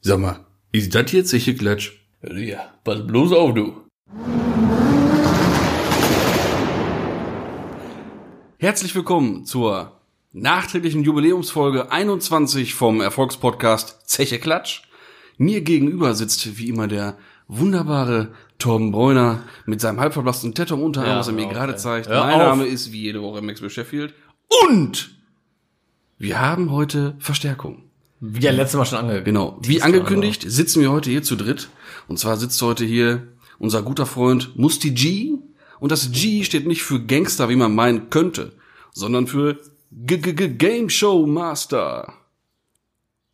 Sag mal, ist das jetzt sicher Klatsch? Ja, pass bloß auf, du. Herzlich willkommen zur nachträglichen Jubiläumsfolge 21 vom Erfolgspodcast Zeche Klatsch. Mir gegenüber sitzt wie immer der wunderbare Torben Bräuner mit seinem halbverblassten Tattoo im Unterarm, Ja, was er mir hör auf, gerade ey. zeigt. Hör mein auf. Name ist wie jede Woche Max Sheffield. Und wir haben heute Verstärkung. Wie ja letztes Mal schon angekündigt. Genau. Wie angekündigt, sitzen wir heute hier zu dritt. Und zwar sitzt heute hier unser guter Freund Musti G. Und das G steht nicht für Gangster, wie man meinen könnte, sondern für G -G -G Game Show Master.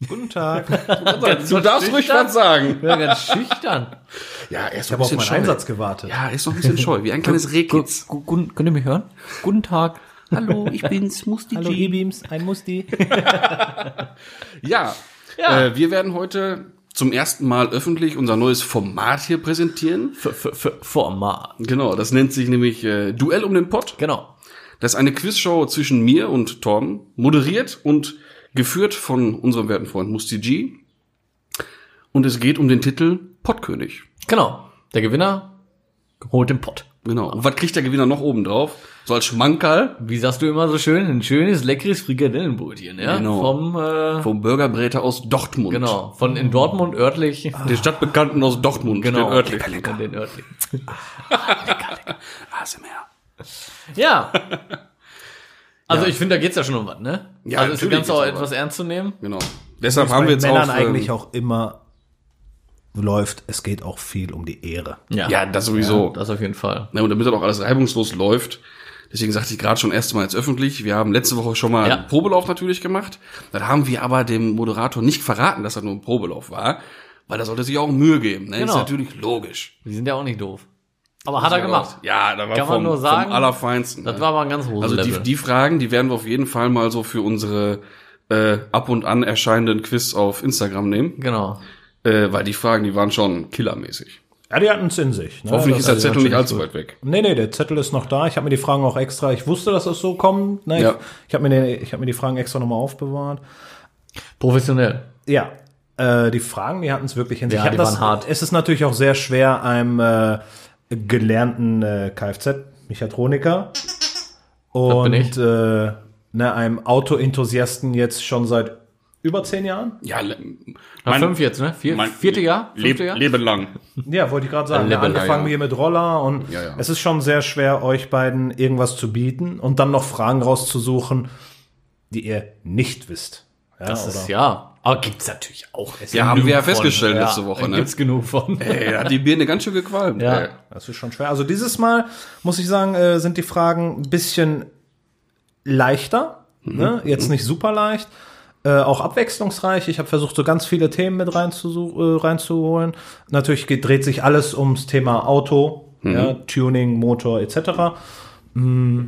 Guten Tag. Du darfst ruhig was sagen. Ich bin ganz schüchtern. Ja, er ist noch Ich habe auf ein bisschen meinen scheu. Einsatz gewartet. Ja, er ist noch ein bisschen scheu, wie ein kleines Rehkitz. Gu- gun- Könnt ihr mich hören? Guten Tag. Hallo, ich bin's, Musti Hallo E-Beams, ein Musti. Ja, Äh, wir werden heute zum ersten Mal öffentlich unser neues Format hier präsentieren. F- f- f- Format. Genau, das nennt sich nämlich äh, Duell um den Pott. Genau. Das ist eine Quizshow zwischen mir und Torben, moderiert und geführt von unserem werten Freund Musti G. Und es geht um den Titel Pottkönig. Genau. Der Gewinner holt den Pott. Genau. Und was kriegt der Gewinner noch oben drauf? So als Schmankerl Wie sagst du immer so schön? Ein schönes, leckeres Frikadellenbrötchen, ja? Genau. Vom, äh, vom Burgerbräter aus Dortmund. genau. Von in Dortmund örtlich. Den Stadtbekannten aus Dortmund. Genau. Den örtlich. Von den örtlichen. ASMR. Ja. Also ich finde, da geht's ja schon um was, ne? Ja, also ist das natürlich Ganze auch geht's um etwas ernst zu nehmen. Genau. Deshalb haben Bei wir jetzt Männern auf, ähm, eigentlich auch immer läuft, es geht auch viel um die Ehre. Ja, das sowieso. Das auf jeden Fall. Ja, Ne, und damit das auch alles reibungslos läuft. Deswegen sagte ich gerade schon erstmal jetzt öffentlich, wir haben letzte Woche schon mal Ja. einen Probelauf natürlich gemacht. Dann haben wir aber dem Moderator nicht verraten, dass das nur ein Probelauf war, weil da sollte sich auch Mühe geben. Ne? Genau. Ist natürlich logisch. Die sind ja auch nicht doof. Aber hat er gemacht. Ja, da war Kann man vom, nur sagen, vom Allerfeinsten. Das ne? war mal ein ganz hohes also die, Level. die Fragen, die werden wir auf jeden Fall mal so für unsere äh, ab und an erscheinenden Quiz auf Instagram nehmen, genau. äh, weil die Fragen, die waren schon killermäßig. Ja, die hatten es in sich. Ne? Hoffentlich Das- ist der Zettel nicht allzu weit weg. Nee, nee, der Zettel ist noch da. Ich habe mir die Fragen auch extra, ich wusste, dass das so kommt. Ne? Ja. Ich, ich habe mir, den- ich hab mir die Fragen extra nochmal aufbewahrt. Professionell. Ja, äh, die Fragen, die hatten es wirklich in sich. Ja, Ich hab die das, waren hart. Es ist natürlich auch sehr schwer, einem äh, gelernten äh, Kfz-Mechatroniker und ich. äh, ne, einem Autoenthusiasten jetzt schon seit über zehn Jahren. Ja, le- Na, mein- fünf jetzt, ne? Vier, mein- vierte Jahr? Fünfte Leb, Jahr? Leben lang. Ja, wollte ich gerade sagen. Level, angefangen ja, ja. hier mit Roller und Ja, ja. es ist schon sehr schwer, euch beiden irgendwas zu bieten und dann noch Fragen rauszusuchen, die ihr nicht wisst. Ja, Das ist ja. Aber gibt's natürlich auch. Es Ja, haben wir ja festgestellt ja, letzte Woche, da ne? Gibt's genug von. Ey, da hat die Birne ganz schön gequalmt. Ja. Ey. Das ist schon schwer. Also dieses Mal, muss ich sagen, äh, sind die Fragen ein bisschen leichter. Mhm. Ne? Jetzt nicht super leicht. Äh, auch abwechslungsreich. Ich habe versucht, so ganz viele Themen mit reinzusuch- äh, reinzuholen. Natürlich geht, dreht sich alles ums Thema Auto, Mhm. ja, Tuning, Motor etc. Mm,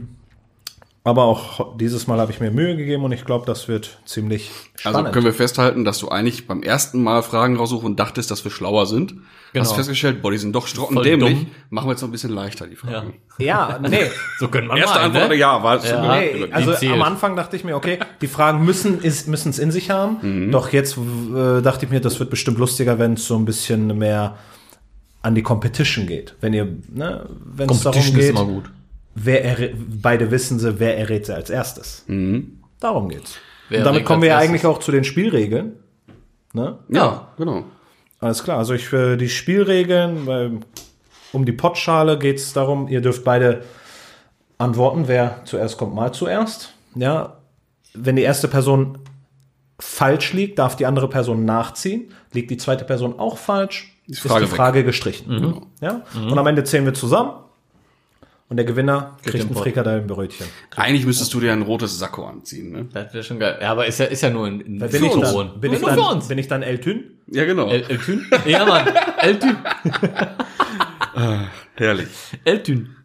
Aber auch dieses Mal habe ich mir Mühe gegeben und ich glaube, das wird ziemlich spannend. Also können wir festhalten, dass du eigentlich beim ersten Mal Fragen raussuchen und dachtest, dass wir schlauer sind. Hast festgestellt, boah, die sind doch Voll trockendämlich. dumm. Machen wir jetzt noch ein bisschen leichter die Fragen. ja, nee. So könnte man Erste meinen, Antwort, ne? ja, war es. Ja. Nee. Nee, Die also zählt. am Anfang dachte ich mir, okay, die Fragen müssen es in sich haben. Mhm. Doch jetzt äh, dachte ich mir, das wird bestimmt lustiger, wenn es so ein bisschen mehr an die Competition geht. Wenn ihr, ne, wenn es Competition darum ist geht, immer gut. wer errä- beide wissen sie, wer errät sie als erstes. Darum geht's. Mhm. Wer Und errät damit kommen wir ja als eigentlich auch zu den Spielregeln. Ne? Ja, genau. Alles klar, also ich äh, die Spielregeln, weil um die Potschale geht es darum, ihr dürft beide antworten, wer zuerst kommt, mal zuerst. Ja, wenn die erste Person falsch liegt, darf die andere Person nachziehen. Liegt die zweite Person auch falsch, ist, Frage die weg. Frage gestrichen. Mhm. Genau. Ja? Und am Ende zählen wir zusammen und der Gewinner kriegt den ein Pott. Frikadellenbrötchen. Eigentlich müsstest du dir ein rotes Sakko anziehen, ne? Das wäre schon geil. Ja, aber ist ja, ist ja nur in, in Wer Bin, ich nur dann, bin, nur ich für dann, uns. bin ich dann Eltyn? Ja, genau. El Eltün? Ja, Mann. Eltün. Herrlich. Eltün.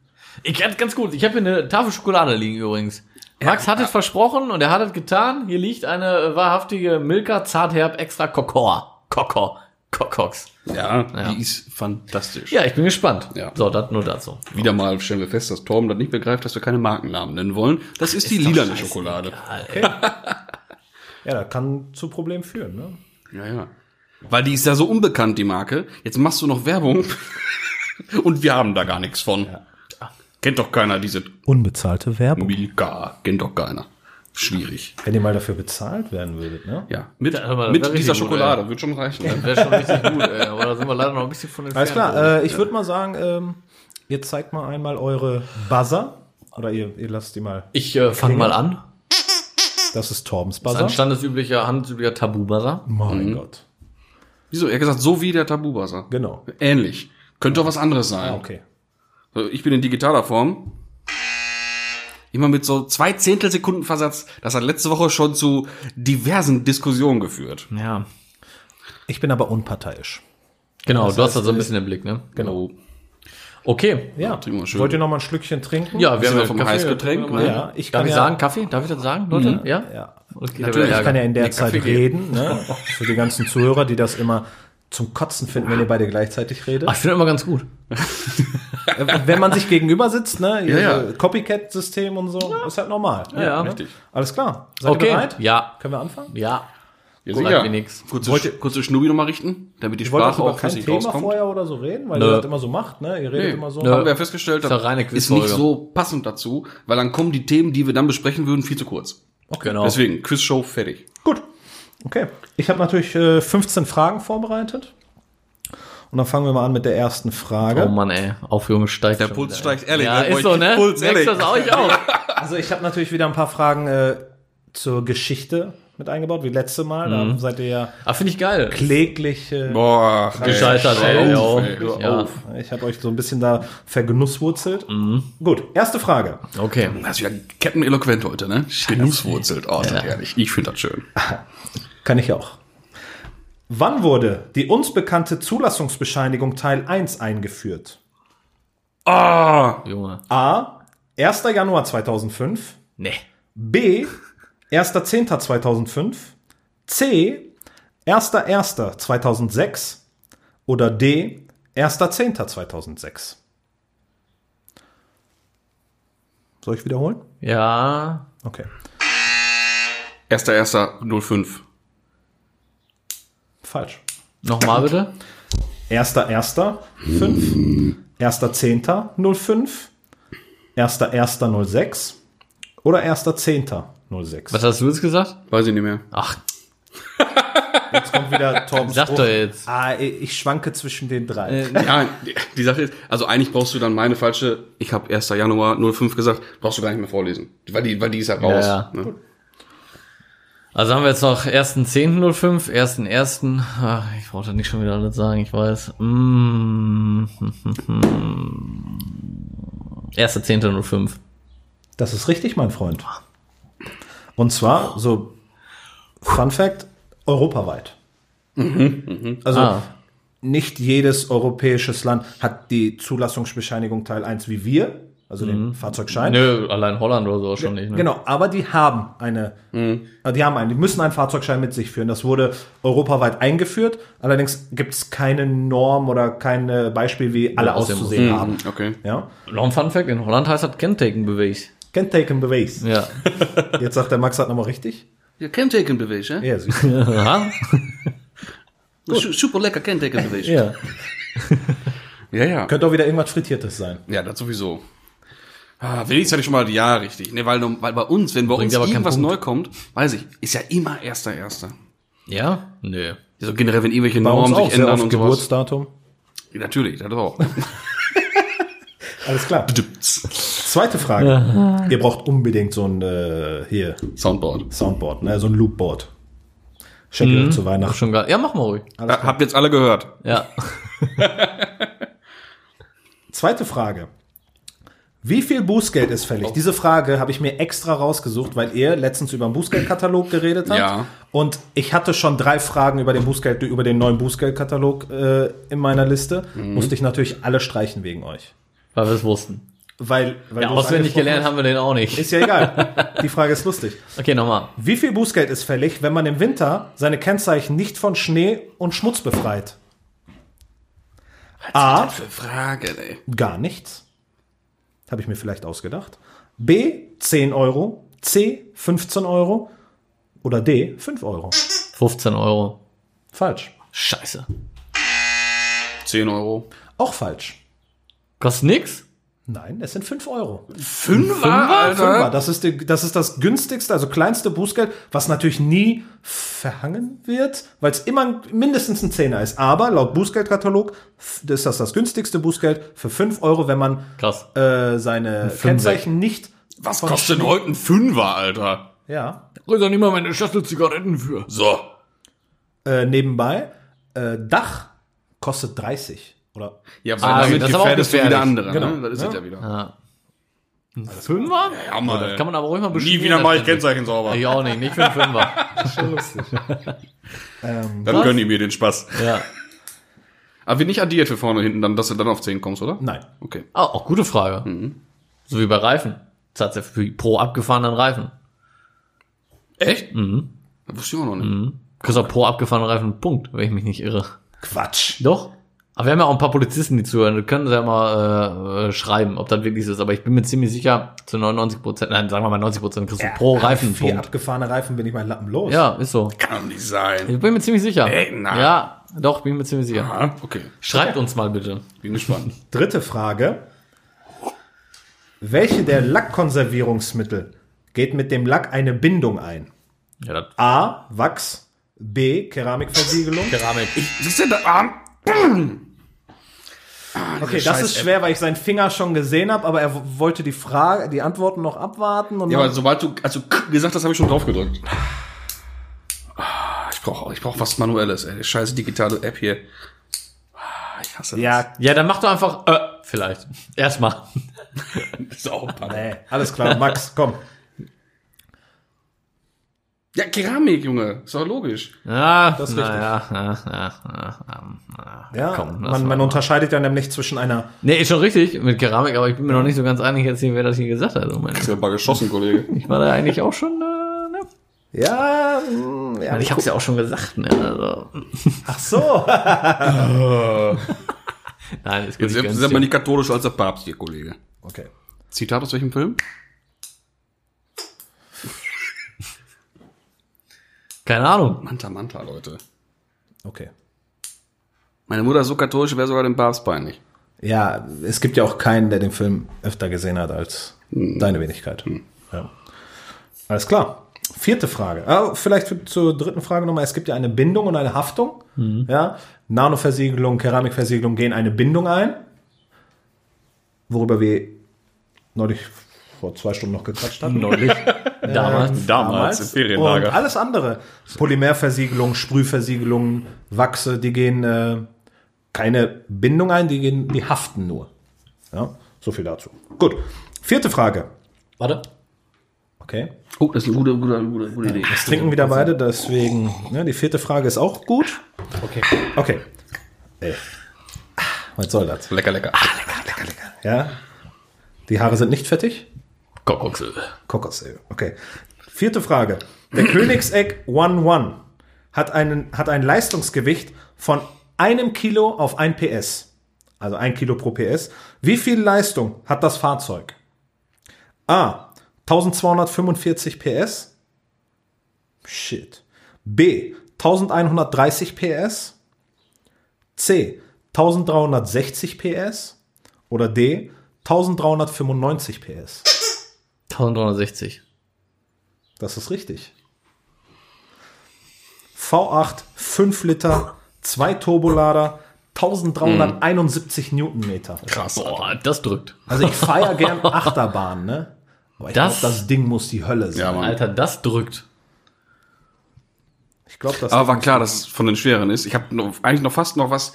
Ich ganz, ganz gut. Ich habe hier eine Tafel Schokolade liegen übrigens. Max hat es versprochen und er hat es getan. Hier liegt eine äh, wahrhaftige Milka Zartherb Extra Kokor. Kokor. Kokox. Ja, die ist fantastisch. Ja, ich bin gespannt. Ja. So, das nur dazu. Wieder mal stellen wir fest, dass Torben das nicht begreift, dass wir keine Markennamen nennen wollen. Das ist, die lilane Schokolade. Ja, das kann zu Problemen führen. Ne? Ja, ja. Weil die ist ja so unbekannt, die Marke. Jetzt machst du noch Werbung und wir haben da gar nichts von. Kennt doch keiner diese Unbezahlte Werbung. Milka. Kennt doch keiner. Schwierig. Wenn ihr mal dafür bezahlt werden würdet, ne? Ja, mit, Ja, aber das wär mit richtig dieser gut, Schokolade. Wird schon reichen. Ne? Wäre schon richtig gut, ey. Aber da sind wir leider noch ein bisschen von entfernt. Alles klar, äh, ich würde mal sagen, ähm, ihr zeigt mal einmal eure Buzzer. Oder ihr, ihr lasst die mal. Ich äh, fange mal an. Das ist Das Torbens ist Mhm. ein Buzzer. standesüblicher, handelsüblicher Tabubasser. Mein Gott. Wieso? Er hat gesagt, so wie der Tabubasa. Genau. Ähnlich. Könnte doch was anderes sein. Ah, okay. So, Ich bin in digitaler Form. Immer mit so zwei Zehntelsekunden Versatz. Das hat letzte Woche schon zu diversen Diskussionen geführt. Ja. Ich bin aber unparteiisch. Genau, du hast da so ein bisschen den Blick, ne? äh, Genau. Okay. Ja. trinken wir schön. Wollt ihr noch mal ein Schlückchen trinken? Ja, Sind wir haben wir ja vom Kaffee Heißgetränk? getrunken. Ne? Mhm. Ja, ich Darf kann ich ja, sagen, Kaffee? Darf ich das sagen, Leute? Ja? Ja. Okay, Natürlich, Ich kann ja in der Nee, Zeit Kaffee geht. reden, ne? Für die ganzen Zuhörer, die das immer zum Kotzen finden, wenn ihr beide gleichzeitig redet. Ach, ich finde immer ganz gut. Äh, wenn man sich gegenüber sitzt, ne? Ja, Diese Copycat-System und so, ist halt normal. ja. ne? Richtig. Alles klar. Seid okay. ihr bereit? Ja. Können wir anfangen? Ja. Ja, Bleibt mir nix. Kurze, Sch- kurze Schnubi nochmal richten, damit die Ich wollte auch Sprache über auch kein flüssig Thema rauskommt. vorher oder so reden, weil Nö. ihr das immer so macht, ne? Ihr redet Nee. immer so. Nö. Haben wir festgestellt, Ist ja reine ist nicht Quizfolge. so passend dazu, weil dann kommen die Themen, die wir dann besprechen würden, viel zu kurz. Okay. Genau. Deswegen, Quizshow fertig. Gut. Okay. Ich habe natürlich äh, 15 Fragen vorbereitet. Und dann fangen wir mal an mit der ersten Frage. Oh Mann, ey. Aufregung steigt. Der schon Puls wieder, steigt, ey. ehrlich, Ja, ne? ist so, ne? Puls, ehrlich. Merkst du das auch? Ich auch. Also ich habe natürlich wieder ein paar Fragen äh, zur Geschichte mit eingebaut, wie letzte Mal. Da seid ihr ja Ah, finde ich geil. kläglich. Äh, Boah, Gescheitert, ey. Hör ja. auf, ey. Hör ja. auf. ich habe euch so ein bisschen da vergenusswurzelt. Mhm. Gut, erste Frage. Okay. Das ist ja Captain Eloquent heute, ne? Genusswurzelt. Oh, ja. ehrlich. Ich finde das schön. Kann ich auch. Wann wurde die uns bekannte Zulassungsbescheinigung Teil 1 eingeführt? Ah, Junge. A. 1. Januar 2005. Nee. B. 1.10.2005. C. 1.1.2006. Oder D. 1.10.2006. Soll ich wiederholen? Ja. Okay. 1.1.05. Falsch. Nochmal bitte. 1.1.05. 1.10.05. 1.1.06. Oder 1.10.06. Was hast du jetzt gesagt? Weiß ich nicht mehr. Ach, Jetzt kommt wieder Torben Sag doch Spruch. jetzt. Äh, Ah, ich schwanke zwischen den drei. Ja, die- die Sache ist, also eigentlich brauchst du dann meine falsche, ich habe 1. Januar 05 gesagt, brauchst du gar nicht mehr vorlesen. Weil die, weil die ist ja raus. Ja, Ne? Also haben wir jetzt noch 1.10.05, 1.1. Ach, Ah, Ich brauche das nicht schon wieder alles sagen, ich weiß. Mm. 1.10.05. Das ist richtig, mein Freund. Und zwar, so, Fun Fact, europaweit. Also, Ah. nicht jedes europäisches Land hat die Zulassungsbescheinigung Teil 1 wie wir, also den Fahrzeugschein. Mhm. Nö, allein Holland oder so schon nicht. Ne? Genau, aber die haben eine, Mhm. äh, die haben einen, die müssen einen Fahrzeugschein mit sich führen. Das wurde europaweit eingeführt. Allerdings gibt es keine Norm oder kein äh, Beispiel, wie alle aus dem- auszusehen haben. Mhm, Okay. Ja? Noch ein Fun Fact, in Holland heißt das Kenteken bewegt. Kentaken Beweis. Ja. Jetzt sagt der Max hat nochmal richtig. Ja, Kenntekenbeweis, ja? Ja, süß. Aha. Su- Super lecker Kenntekenbeweis. ja. ja, ja. Könnte auch wieder irgendwas Frittiertes sein. Ja, das sowieso. Ah, wenigstens hatte ich schon mal ja richtig. Ne, weil, weil bei uns, wenn bei Bringt uns aber keinen irgendwas Punkt. neu kommt, weiß ich, ist ja immer erster erster. Ja? Nö. Also generell, wenn irgendwelche Bei uns Normen auch sich sehr ändern oft und sowas. Geburtsdatum. Natürlich, das auch. Alles klar. Zweite Frage. Ihr braucht unbedingt so ein äh, hier Soundboard. Soundboard, ne? so ein Loopboard. Schenkt ihr euch zu Weihnachten. Schon geil. Ja, mach mal ruhig. Ja, habt jetzt alle gehört. Ja. Zweite Frage. Wie viel Bußgeld ist fällig? Diese Frage habe ich mir extra rausgesucht, weil ihr letztens über den Bußgeldkatalog geredet habt. Ja. Und ich hatte schon drei Fragen über den Bußgeld, über den neuen Bußgeldkatalog äh, in meiner Liste. Musste ich natürlich alle streichen wegen euch. Weil wir es wussten. Weil, weil Ja, du es auswendig angesprochen gelernt hast. haben wir den auch nicht. Ist ja egal. Die Frage ist lustig. Okay, nochmal. Wie viel Bußgeld ist fällig, wenn man im Winter seine Kennzeichen nicht von Schnee und Schmutz befreit? A. Für Frage, ey. Gar nichts. Habe ich mir vielleicht ausgedacht. B. 10 Euro. C. 15 Euro. Oder D. 5 Euro. 15 Euro. Falsch. Scheiße. 10 Euro. Auch falsch. Kostet nix? Nein, es sind 5 Euro. Fünfer, Äh? Fünfer, das ist, die, das ist das günstigste, also kleinste Bußgeld, was natürlich nie verhangen wird, weil es immer mindestens ein Zehner ist. Aber laut Bußgeldkatalog f- ist das das günstigste Bußgeld für 5 Euro, wenn man Krass. äh, seine Kennzeichen nicht. Was kostet denn heute ein Fünfer, Alter? Ja. Krieg doch nicht mal meine Schachtel Zigaretten für. So. Äh, nebenbei, äh, Dach kostet 30. Oder Ja, weil Ah, damit das ist aber auch gefährdest du wieder gefährlich. andere. Genau. Ne? Das ist Ja. es ja wieder. Ja. Ein Fünfer? Ja, Mann, das ey. kann man aber ruhig mal Nie beschweren, wieder mache ich das Ding. Kennzeichen sauber. Ich auch nicht, nicht für einen Fünfer. Dann gönn ich mir den Spaß. ja. Aber wird nicht addiert für vorne und hinten, dann, dass du dann auf 10 kommst, oder? nein. Okay. Ah, auch gute Frage. So wie bei Reifen. Das hat für pro abgefahrenen Reifen. Echt? Mhm. Das wusste ich auch noch nicht. Kriegst auch pro abgefahrenen Reifen einen Punkt, wenn ich mich nicht irre. Quatsch. Doch. Aber wir haben ja auch ein paar Polizisten, die zuhören. Die können ja mal äh, äh, schreiben, ob das wirklich so ist. Aber ich bin mir ziemlich sicher, zu 99 Prozent, nein, sagen wir mal 90 Prozent, kriegst du pro Reifen einen Vier Punkt. abgefahrene Reifen bin ich mein Lappen los. Ja, ist so. Kann doch nicht sein. Ich bin mir ziemlich sicher. Ey, na. Ja, doch, bin ich mir ziemlich sicher. Ah, okay. Schreibt uns mal bitte. Bin gespannt. Dritte Frage. Welche der Lackkonservierungsmittel geht mit dem Lack eine Bindung ein? Ja, das A. Wachs. B. Keramikversiegelung. Keramik. Siehst du, da, ah, Okay, das ist schwer, weil ich seinen Finger schon gesehen habe, aber er w- wollte die Frage, die Antworten noch abwarten. Und ja, aber sobald du also k- gesagt hast, habe ich schon drauf gedrückt. Ah, Ich brauche ich brauch was Manuelles, ey. Die Scheiße digitale App hier. Ah, Ich hasse ja Ja, dann mach doch einfach, äh, vielleicht. Erstmal. das. Ist auch ein paar- nee, alles klar, Max, komm. Ja, Keramik, Junge. Ist doch logisch. Ja, das ist ist richtig. richtig. Ja, ja, ja, ja, ja, Ja, ah, komm, lass man, mal. man unterscheidet ja nämlich zwischen einer Nee, ist schon richtig mit Keramik, aber ich bin mir noch nicht so ganz einig jetzt hier, wer das hier gesagt hat. Moment. Ich hab mal geschossen, Kollege. Ich war da eigentlich auch schon, äh, ne? Ja, mm, Ich, ja. meine, ich hab's ja auch schon gesagt, ne? Also, Ach so. nein, ist gut. Jetzt ich gönn's sind wir dir. nicht katholisch als der Papst hier, Kollege. Okay. Zitat aus welchem Film? Keine Ahnung. Manta Manta, Leute. Okay. Meine Mutter ist so katholisch, wäre sogar dem Papst peinlich. Ja, es gibt ja auch keinen, der den Film öfter gesehen hat als deine Wenigkeit. Ja. Alles klar. Vierte Frage. Ah, vielleicht für- zur dritten Frage nochmal. Es gibt ja eine Bindung und eine Haftung. Ja. Nanoversiegelung, Keramikversiegelung gehen eine Bindung ein, worüber wir neulich vor zwei Stunden noch gequatscht hatten. Neulich. Damals. Damals, im Ferienlager. Und alles andere. Polymerversiegelung, Sprühversiegelung, Wachse, die gehen äh, keine Bindung ein, die, gehen, die haften nur. Ja, so viel dazu. Gut. Vierte Frage. Warte. Okay. Oh, das ist eine gute, gute, gute, gute Idee. Das trinken wieder beide, deswegen. Ne, die vierte Frage ist auch gut. Okay. Okay. Ey. Ah, Was soll das? Lecker, Ah, lecker. Ja. Die Haare sind nicht fettig? Kokoxel. Kokosöl. Okay. Vierte Frage. Der Königseck 1-1 hat, einen, hat ein Leistungsgewicht von einem Kilo auf ein PS. Also ein Kilo pro PS. Wie viel Leistung hat das Fahrzeug? A. 1245 PS. Shit. B. 1130 PS. C. 1360 PS. Oder D. 1395 PS. 1360. Das ist richtig. V8, 5 Liter, 2 Turbolader, 1371 Newtonmeter. Krass. Alter. Boah, das drückt. Also ich feiere gern Achterbahn, ne? Aber ich glaube, Das- das Ding muss die Hölle sein. Ja, Mann. Alter, das drückt. Ich glaube, das Aber war klar, dass es von den schweren ist. Ich habe eigentlich noch fast noch was,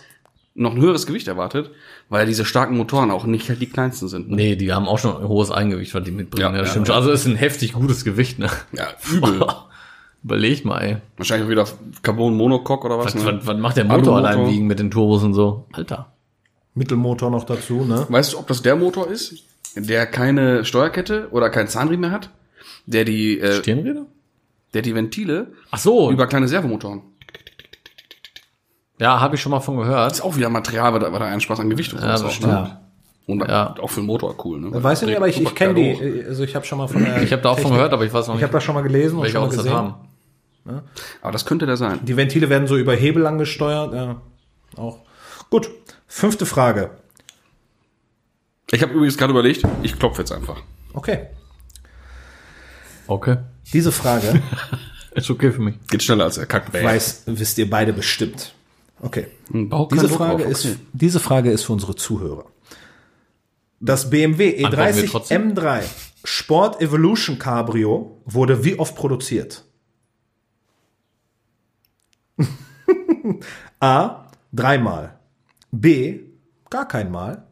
noch ein höheres Gewicht erwartet, weil diese starken Motoren auch nicht halt die kleinsten sind. ne? Nee, die haben auch schon ein hohes Eigengewicht, was die mitbringen. Ja, Ja, ja, das stimmt ja. schon. Also ist ein heftig gutes Gewicht, ne? Ja, übel. Überleg mal, ey. Wahrscheinlich auch wieder Carbon Monocoque oder was. Was, Ne? was, was macht der Alumotor. Motor allein wiegen mit den Turbos und so? Alter. Mittelmotor noch dazu, ne? Weißt du, ob das der Motor ist, der keine Steuerkette oder kein Zahnriemen mehr hat, der die, äh, Stirnräder? der die Ventile Ach so. über kleine Servomotoren. ja, habe ich schon mal von gehört. Ist auch wieder Material, weil da, weil da einen Spaß an Gewicht und so Ja, ist, bestimmt. ne? Und Ja. auch für den Motor cool. Ne? Weiß ich nicht, aber ich, ich Super kenne geil hoch. die. Also ich habe schon mal von der Ich habe da auch von Technik- gehört, aber ich weiß noch Ich nicht, habe das schon mal gelesen und welche schon mal Autos das gesehen. haben. Aber das könnte der sein. Die Ventile werden so über Hebel angesteuert. Ja, auch. Gut. Fünfte Frage. Ich habe übrigens gerade überlegt, ich klopfe jetzt einfach. Okay. Okay. Diese Frage Ist okay für mich. Geht schneller als er kackt. weiß, wisst ihr beide bestimmt. Okay. Bau keinen Diese Druck Frage, auf, okay. ist, diese Frage ist für unsere Zuhörer. Das BMW Antworten wir E30 trotzdem? M3 Sport Evolution Cabrio wurde wie oft produziert? A. Dreimal. B. Gar kein Mal.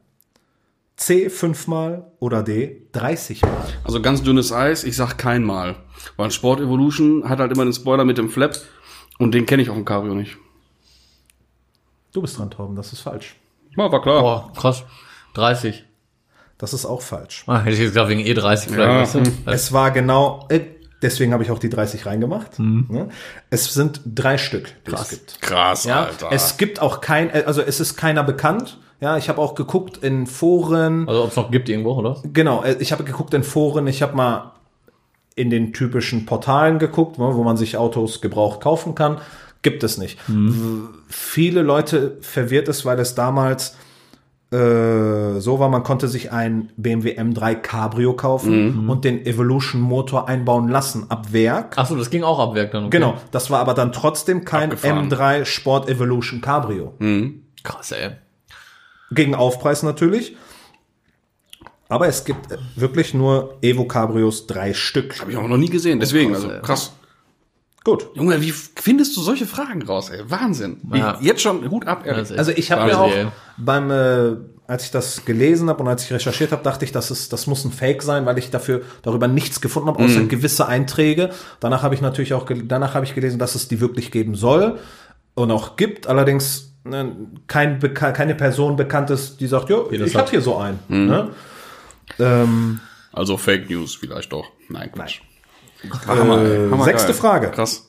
C. Fünfmal. Oder D. 30 Mal. Also ganz dünnes Eis, ich sag kein Mal. Weil Sport Evolution hat halt immer den Spoiler mit dem Flap und den kenne ich auf dem Cabrio nicht. Du bist dran, Torben. Das ist falsch. Ja, war klar. Boah, krass. 30. Das ist auch falsch. Ah, hätte ich jetzt gerade wegen E30 vielleicht. Ja. Weißt du? Es war genau, äh, deswegen habe ich auch die 30 reingemacht. Ne? Es sind drei Stück, die es gibt. Mhm. Krass, Ja, Alter. es gibt auch kein, äh, also es ist keiner bekannt. Ja, ich habe auch geguckt in Foren. Also ob es noch gibt irgendwo, oder? was? Genau, äh, ich habe geguckt in Foren. Ich habe mal in den typischen Portalen geguckt, ne, wo man sich Autos gebraucht kaufen kann. Gibt es nicht. W- Viele Leute verwirrt es, weil es damals äh, so war, man konnte sich ein BMW M3 Cabrio kaufen und den Evolution Motor einbauen lassen ab Werk. Ach so, das ging auch ab Werk dann. Okay. Genau, das war aber dann trotzdem kein Abgefahren. M3 Sport Evolution Cabrio. Krass, ey. Gegen Aufpreis natürlich. Aber es gibt äh, wirklich nur Evo Cabrios drei Stück. Hab ich auch noch nie gesehen, deswegen, also krass. Gut. Junge, wie findest du solche Fragen raus, ey? Wahnsinn. Ja. Wie, jetzt schon, Hut ab, ehrlich. Das ist echt Also ich habe Wahnsinn, mir auch ey. beim, äh, als ich das gelesen habe und als ich recherchiert habe, dachte ich, das, ist, das muss ein Fake sein, weil ich dafür darüber nichts gefunden habe, Mhm. außer gewisse Einträge. Danach habe ich natürlich auch, gel- danach habe ich gelesen, dass es die wirklich geben soll und auch gibt. Allerdings ne, kein, beka- keine Person bekannt ist, die sagt, jo, ich hat." habe hier so einen. Mhm. Ne? Ähm, Also Fake News vielleicht doch. Nein, Quatsch. Äh, sechste Frage. Krass.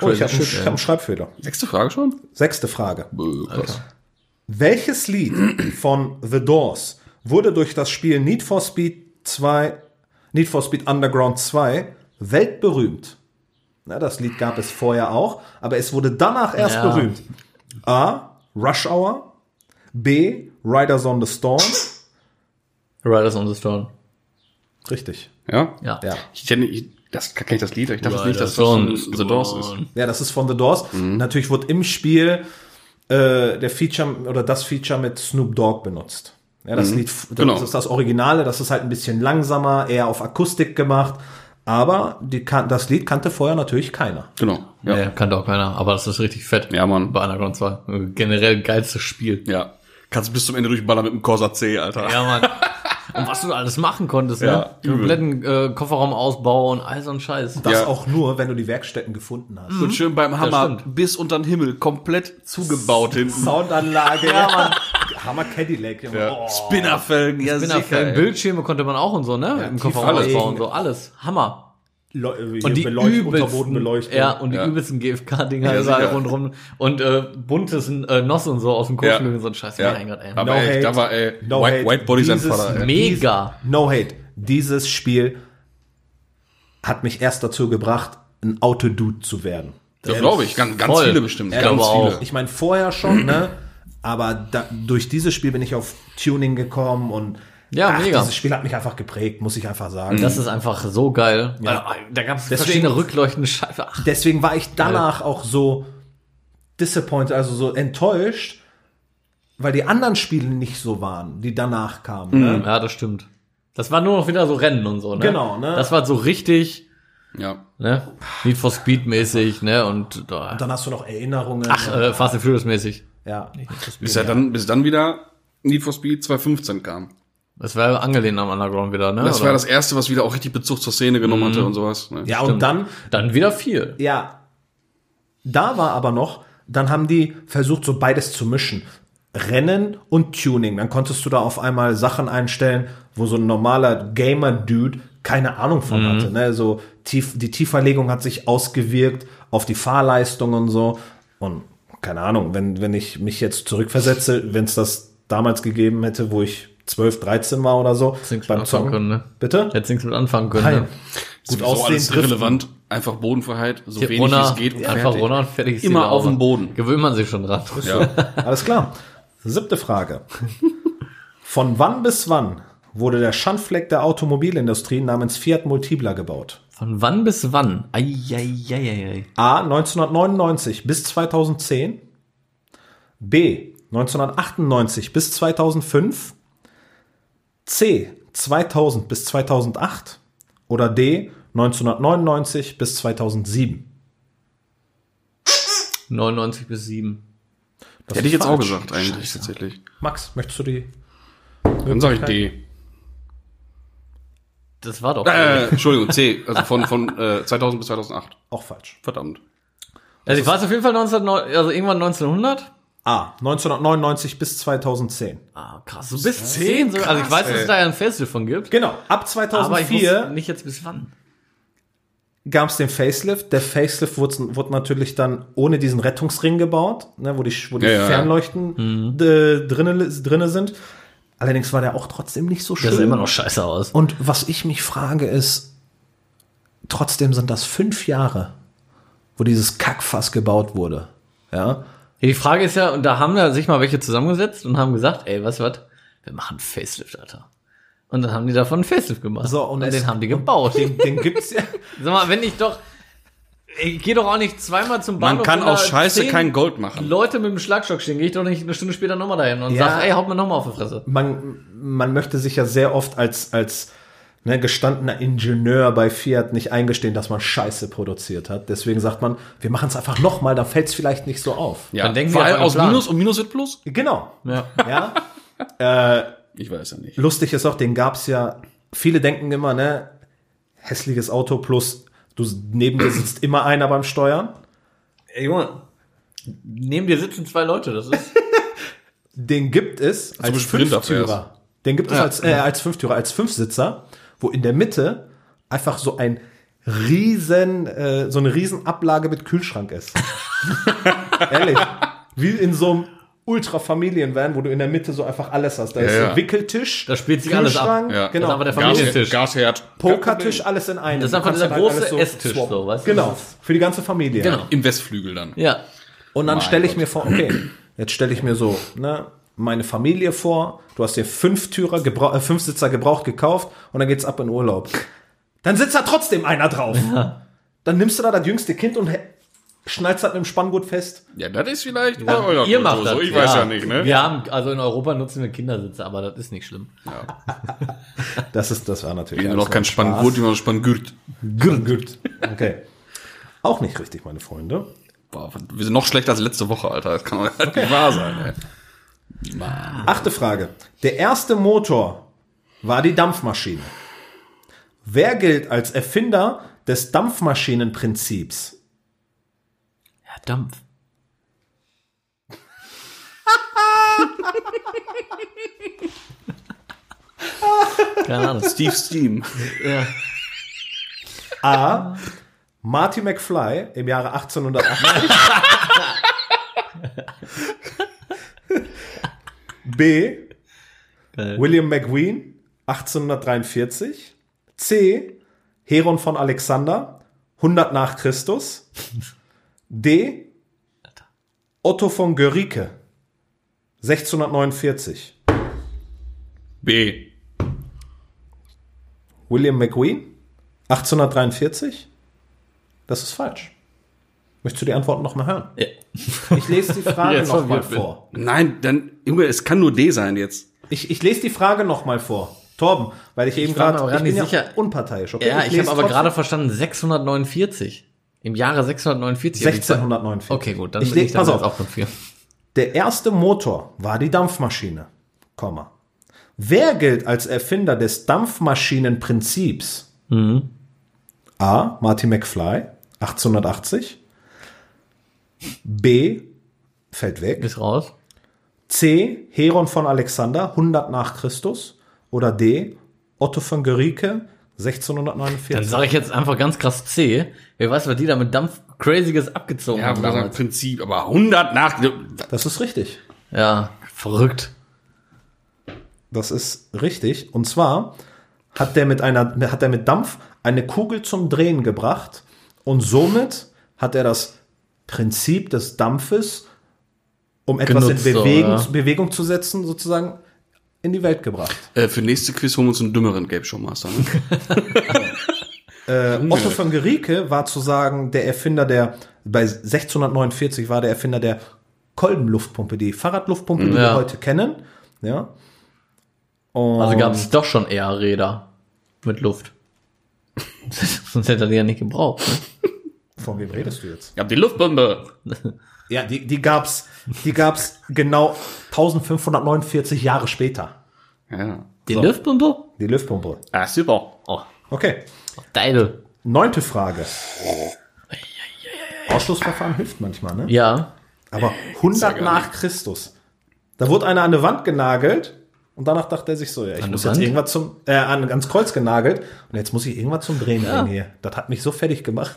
oh, ich habe einen, shit, Sch- ey. hab einen Schreibfehler. Sechste Frage schon? Sechste Frage. Bö, krass. Welches Lied von The Doors wurde durch das Spiel Need for Speed 2, Need for Speed Underground 2 weltberühmt? Na, das Lied gab es vorher auch, aber es wurde danach erst Ja. berühmt. A. Rush Hour. B. Riders on the Storm. Riders on the Storm. Richtig. Ja? Ja. Ja. Ich kenne, ich, das kenne ich das Lied, aber ich dachte Riders nicht, dass das on von The Doors ist. Ja, das ist von The Doors. Natürlich wurde im Spiel äh, der Feature oder das Feature mit Snoop Dogg benutzt. Ja, das Lied, das Genau. ist das Originale, das ist halt ein bisschen langsamer, eher auf Akustik gemacht. Aber die, kan- das Lied kannte vorher natürlich keiner. Genau. Ja. Nee, kann doch keiner, aber das ist richtig fett. Ja, Mann. Bei Underground 2. Generell geilstes Spiel. Ja. Kannst bis zum Ende durchballern mit dem Corsa C, Alter. Ja, Mann. und was du da alles machen konntest, ne? Ja, übel. Kompletten äh, Kofferraumausbau und all so ein Scheiß. Das Ja. Mhm. auch nur, wenn du die Werkstätten gefunden hast. Und schön beim Hammer stimmt. bis unter den Himmel komplett zugebaut hinten. Soundanlage, ja, Mann. Hammer Cadillac. Junge. Ja. Oh. Spinnerfelgen, ja sicher. Spinnerfällen, ey. Bildschirme konnte man auch und so, ne? Im Kofferraumausbau und so. Alles. Hammer. Le- äh, hier Und die Beleucht- übelsten, Unterbodenbeleuchtung. ja, und die Ja. übelsten GFK-Dinger Ja, überall sicher. rundrum und äh, buntes äh, Noss und so aus dem Kursflügel Ja. und so ein Scheiß. Ja. Mein Gott, ey. Aber No ey, da hate. war ey, No White, hate. White Body sein Dieses- Vater. Ey. Mega. No hate. Dieses Spiel hat mich erst dazu gebracht, ein Autodude zu werden. Das glaube ich, ganz, ganz Voll. viele bestimmt. Ja, ganz aber viele. auch. Ich meine, vorher schon, ne? Aber da, durch dieses Spiel bin ich auf Tuning gekommen und Ja, mega. dieses Spiel hat mich einfach geprägt, muss ich einfach sagen. Das ist einfach so geil. Also, da gab es verschiedene rückleuchtende Scheibe. Ach, Deswegen war ich danach auch so disappointed, also so enttäuscht, weil die anderen Spiele nicht so waren, die danach kamen. Ne? ja, das stimmt. Das war nur noch wieder so Rennen und so, ne? Genau, ne? Das war so richtig, Ja. ne? Need for Speed mäßig, ne? Und da, Dann hast du noch Erinnerungen. ach, äh, Fast and Furious mäßig. ja. Bis, ja. Dann, bis dann wieder Need for Speed 2.15 kam. Das war angelehnt am Underground wieder, ne? Das Oder? war das erste, was wieder auch richtig Bezug zur Szene genommen hatte und sowas. Ne? ja, und dann Dann wieder viel. Ja. Da war aber noch, dann haben die versucht, so beides zu mischen. Rennen und Tuning. Dann konntest du da auf einmal Sachen einstellen, wo so ein normaler Gamer-Dude keine Ahnung Mhm. von hatte. Ne? So tief, die Tieferlegung hat sich ausgewirkt auf die Fahrleistung und so. Und keine Ahnung, wenn, wenn ich mich jetzt zurückversetze, wenn es das damals gegeben hätte, wo ich 12, 13 war oder so, Hättest nichts mit anfangen können, ne? Bitte? Hättest nichts mit anfangen können. Nein. Ne? Ah Gut Sowieso alles aussehen trifft. irrelevant. Einfach Bodenfreiheit, so wenig wie Runter, es geht und einfach fertig. runter und fertig ist die Immer Laube. auf dem Boden. Gewöhnt man sich schon dran. Ja. Alles klar. Siebte Frage. Von wann bis wann wurde der Schandfleck der Automobilindustrie namens Fiat Multipla gebaut? Von wann bis wann? Eieieiei. A. 1999 bis 2010. B. 1998 bis 2005. C. 2000 bis 2008. Oder D. 1999 bis 2007. 99 bis 7. Das Hätte ich ist jetzt auch falsch. gesagt, eigentlich tatsächlich. Max, möchtest du die? Dann sage ich D. Das war doch. Äh, Entschuldigung, C. Also von, von äh, 2000 bis 2008. Auch falsch. Verdammt. also ich war es auf jeden Fall 19, also irgendwann 1900. A. 1999 Ah, bis 2010. Ah, krass. So bis 10. So, also ich weiß, dass es da ja ein Festival von gibt. Genau, ab Aber ich wusste 2004 nicht jetzt bis wann. gab es den Facelift. Der Facelift wurde, wurde natürlich dann ohne diesen Rettungsring gebaut, ne, wo die, wo die Ja, ja, ja. Fernleuchten äh, drinne, drinne sind. Allerdings war der auch trotzdem nicht so Das schön. sah immer noch scheiße aus. Und was ich mich frage ist, trotzdem sind das fünf Jahre, wo dieses Kackfass gebaut wurde. Ja, Die Frage ist ja, und da haben da sich mal welche zusammengesetzt und haben gesagt, ey, was was? Wir machen Facelift, Alter. Und dann haben die davon einen Facelift gemacht. So, und es- den haben die gebaut. den, den gibt's ja. Sag mal, wenn ich doch. Ich gehe doch auch nicht zweimal zum Man Bahnhof. kann wenn da aus Scheiße zehn kein Gold machen. Leute mit dem Schlagstock stehen, gehe ich doch nicht eine Stunde später nochmal dahin und Ja. sag, ey, haut mir nochmal auf die Fresse. man, man möchte sich ja sehr oft als, als ne, gestandener Ingenieur bei Fiat nicht eingestehen, dass man Scheiße produziert hat. Deswegen sagt man, wir machen es einfach nochmal, dann fällt es vielleicht nicht so auf. Ja. Dann denken Vor sie allem auf einen aus Plan. Minus und Minus wird Plus? Genau. Ja. Ja? Ich weiß ja nicht. Lustig ist auch, den gab es ja, viele denken immer, ne, hässliches Auto plus du neben dir sitzt immer einer beim Steuern. Ey, Junge. Neben dir sitzen zwei Leute, das ist. Den gibt es als Sprinter Fünftürer. Den gibt es als, äh, als Fünftürer, als Fünfsitzer, wo in der Mitte einfach so ein riesen, äh, so eine riesen Ablage mit Kühlschrank ist. Ehrlich. Wie in so einem Ultra-Familien-Van, wo du in der Mitte so einfach alles hast. Da ist ja. ein Wickeltisch, Da spielt sich alles ab. Kühlschrank, Ja. Das genau. ist aber der Gas- Familientisch. Gasherd. Pokertisch, alles in einem. Das ist Du einfach kannst dieser halt alles große Esstisch swappen. so, weißt du? Genau, Das ist- für die ganze Familie. Genau. Im Westflügel dann. Ja. Und dann Mein stelle ich Gott. mir vor, okay, jetzt stelle ich mir so, ne, meine Familie vor, du hast dir fünf Türer, gebra äh, fünf Sitzer gebraucht gekauft und dann geht's ab in Urlaub. Dann sitzt da trotzdem einer drauf. Dann nimmst du da das jüngste Kind und hä- schnallst das mit dem Spanngurt fest. Ja, das ist vielleicht mal euer Ihr Kultur macht das. so. Ich weiß ja nicht, ne? Wir haben, also in Europa nutzen wir Kindersitze, aber das ist nicht schlimm. Das ist, das war natürlich. Wir haben alles noch kein nur Spanngurt, wir haben Spanngürt. Spaß. Gut. Okay. Auch nicht richtig, meine Freunde. Boah, wir sind noch schlechter als letzte Woche, Alter. Das kann doch nicht wahr sein, ey. Achte Frage. Der erste Motor war die Dampfmaschine. Wer gilt als Erfinder des Dampfmaschinenprinzips? Ja, Dampf. Keine Ahnung. Steve Steam. Ja. A. Marty McFly im Jahre 1880. B. Geil. William McQueen 1843. C. Heron von Alexander 100 nach Christus. D. Otto von Guericke 1649. B. William McQueen 1843? Das ist falsch. Möchtest du die Antworten nochmal hören? Ja. Ich lese die Frage Jetzt nochmal verwirrt bin. vor. Nein, dann, Junge, es kann nur D sein jetzt. Ich, ich lese die Frage nochmal vor. Torben, weil ich, eben war mir gerade, auch gar nicht sicher. unparteiisch. Okay? Ja, ich, lese habe aber trotzdem gerade verstanden, 649. Im Jahre 649. 1649. Okay, gut, dann ich bin lese, ich dann pass jetzt auf. auch von 4. Der erste Motor war die Dampfmaschine, Komma. Wer gilt als Erfinder des Dampfmaschinenprinzips? A. Marty McFly, 1880. B. Fällt weg. Ist raus. C. Heron von Alexander, 100 nach Christus. Oder D. Otto von Guericke, Dann 1649. sage ich jetzt einfach ganz krass C. Wer weiß, was die da mit Dampf Crazyes abgezogen Ja, haben aber im damals. Prinzip, aber 100 nach. Das ist richtig. Ja, verrückt. Das ist richtig. Und zwar hat der mit einer, hat er mit Dampf eine Kugel zum Drehen gebracht und somit hat er das Prinzip des Dampfes, um etwas Genutzt, in Bewegung, oder? Bewegung zu setzen, sozusagen in die Welt gebracht. Äh, für nächste Quiz holen wir uns einen dümmeren Game Show Master. Ne? Äh, Otto von Gericke war zu sagen der Erfinder der, bei 1649 war der Erfinder der Kolbenluftpumpe, die Fahrradluftpumpe, die wir Mhm. Ja. heute kennen. Ja. Und Also gab es doch schon eher Räder mit Luft. Sonst hätte er die ja nicht gebraucht. Ne? Von wem redest du jetzt? Ich hab die Luftbombe. Ja, die, die gab's, die gab's genau 1549 Jahre später. Ja. Die Luftpumpe? Die Luftpumpe. Ah, super. Oh, Okay. geil. Neunte Frage. Ausschlussverfahren hilft manchmal, ne? Ja. Aber 100 nach Christus. Da wurde einer an eine Wand genagelt und danach dachte er sich so, ja, ich An muss eine jetzt Wand? irgendwas zum, äh, an, ans Kreuz genagelt und jetzt muss ich irgendwas zum Drehen bringen hier. Das hat mich so fertig gemacht.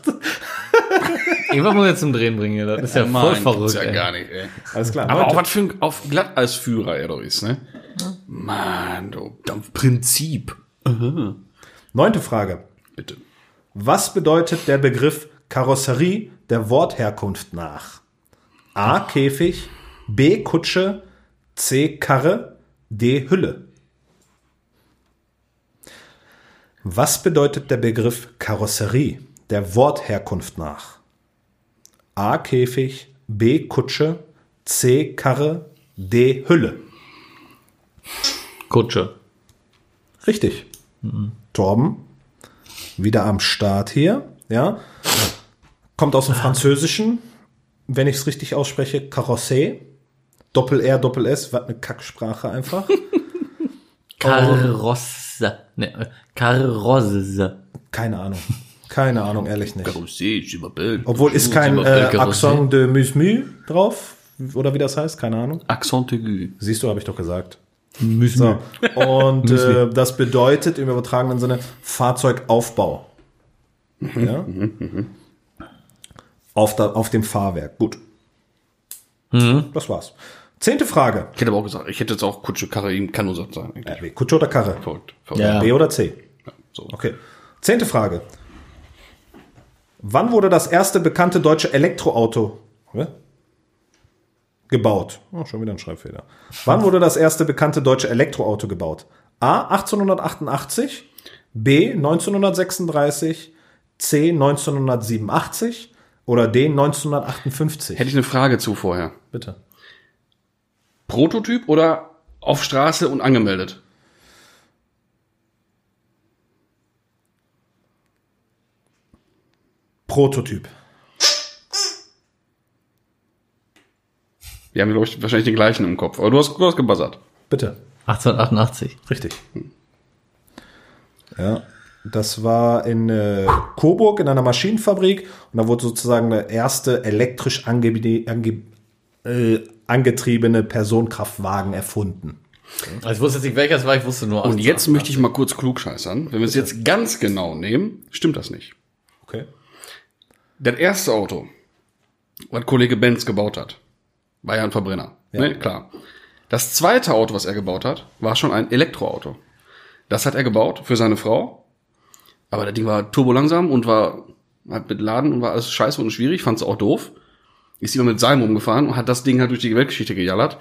Irgendwas muss jetzt zum Drehen bringen hier. Das ist ja, voll Mann, verrückt. gibt's ja ey. gar nicht, ey. Alles klar. Aber auch neunte, was für ein auf Glatteisführer er doch ist, ne? Mann, du Dampfprinzip. neunte Frage. Bitte. Was bedeutet der Begriff Karosserie der Wortherkunft nach? A. Käfig, B. Kutsche, C. Karre, D. Hülle. Was bedeutet der Begriff Karosserie der Wortherkunft nach? A. Käfig, B. Kutsche, C. Karre, D. Hülle. Kutsche. Richtig. Torben, wieder am Start hier, ja. Kommt aus dem Französischen, wenn ich es richtig ausspreche, Carrosse. Doppel-R, Doppel-S, was eine Kacksprache einfach. Karosse. Ne, Karosse. Keine Ahnung. Keine Ahnung, ehrlich nicht. Rosé, Schimmerbell. Obwohl ist kein äh, Carrosse. Accent de Musmu drauf, oder wie das heißt, keine Ahnung. Accent aigu. Siehst du, habe ich doch gesagt. So. Und äh, das bedeutet im übertragenen Sinne Fahrzeugaufbau. Ja? auf, da, auf dem Fahrwerk. Gut. Das war's. Zehnte Frage. Ich hätte aber auch gesagt, ich hätte jetzt auch Kutsche, Karre, ihm kann nur so sein. eigentlich. Kutsche oder Karre? Verrückt. Verrückt. Ja. B oder C? So. Okay. Zehnte Frage. Wann wurde das erste bekannte deutsche Elektroauto hä? gebaut? Oh, schon wieder ein Schreibfehler. Wann wurde das erste bekannte deutsche Elektroauto gebaut? A. 1888, B. 1936, C. 1987 oder D. 1958? Hätte ich eine Frage zu vorher. Bitte. Prototyp oder auf Straße und angemeldet? Prototyp. Wir haben, glaube ich, wahrscheinlich den gleichen im Kopf. Aber du hast, du hast gebuzzert. Bitte. 1888. Richtig. Ja, das war in äh, Coburg in einer Maschinenfabrik und da wurde sozusagen der erste elektrisch angebe- ange äh, angetriebene Personenkraftwagen erfunden. Also ich wusste jetzt nicht, welches war, ich wusste nur Und jetzt möchte ich mal kurz klugscheißern. Wenn wir es jetzt ganz genau nehmen, stimmt das nicht. Okay. Das erste Auto, was Kollege Benz gebaut hat, war ja ein Verbrenner. Ne? Klar. Das zweite Auto, was er gebaut hat, war schon ein Elektroauto. Das hat er gebaut für seine Frau. Aber das Ding war turbolangsam und war hat mit Laden und war alles scheiße und schwierig, fand's auch doof. Ist immer mit Salm umgefahren und hat das Ding halt durch die Weltgeschichte gejallert.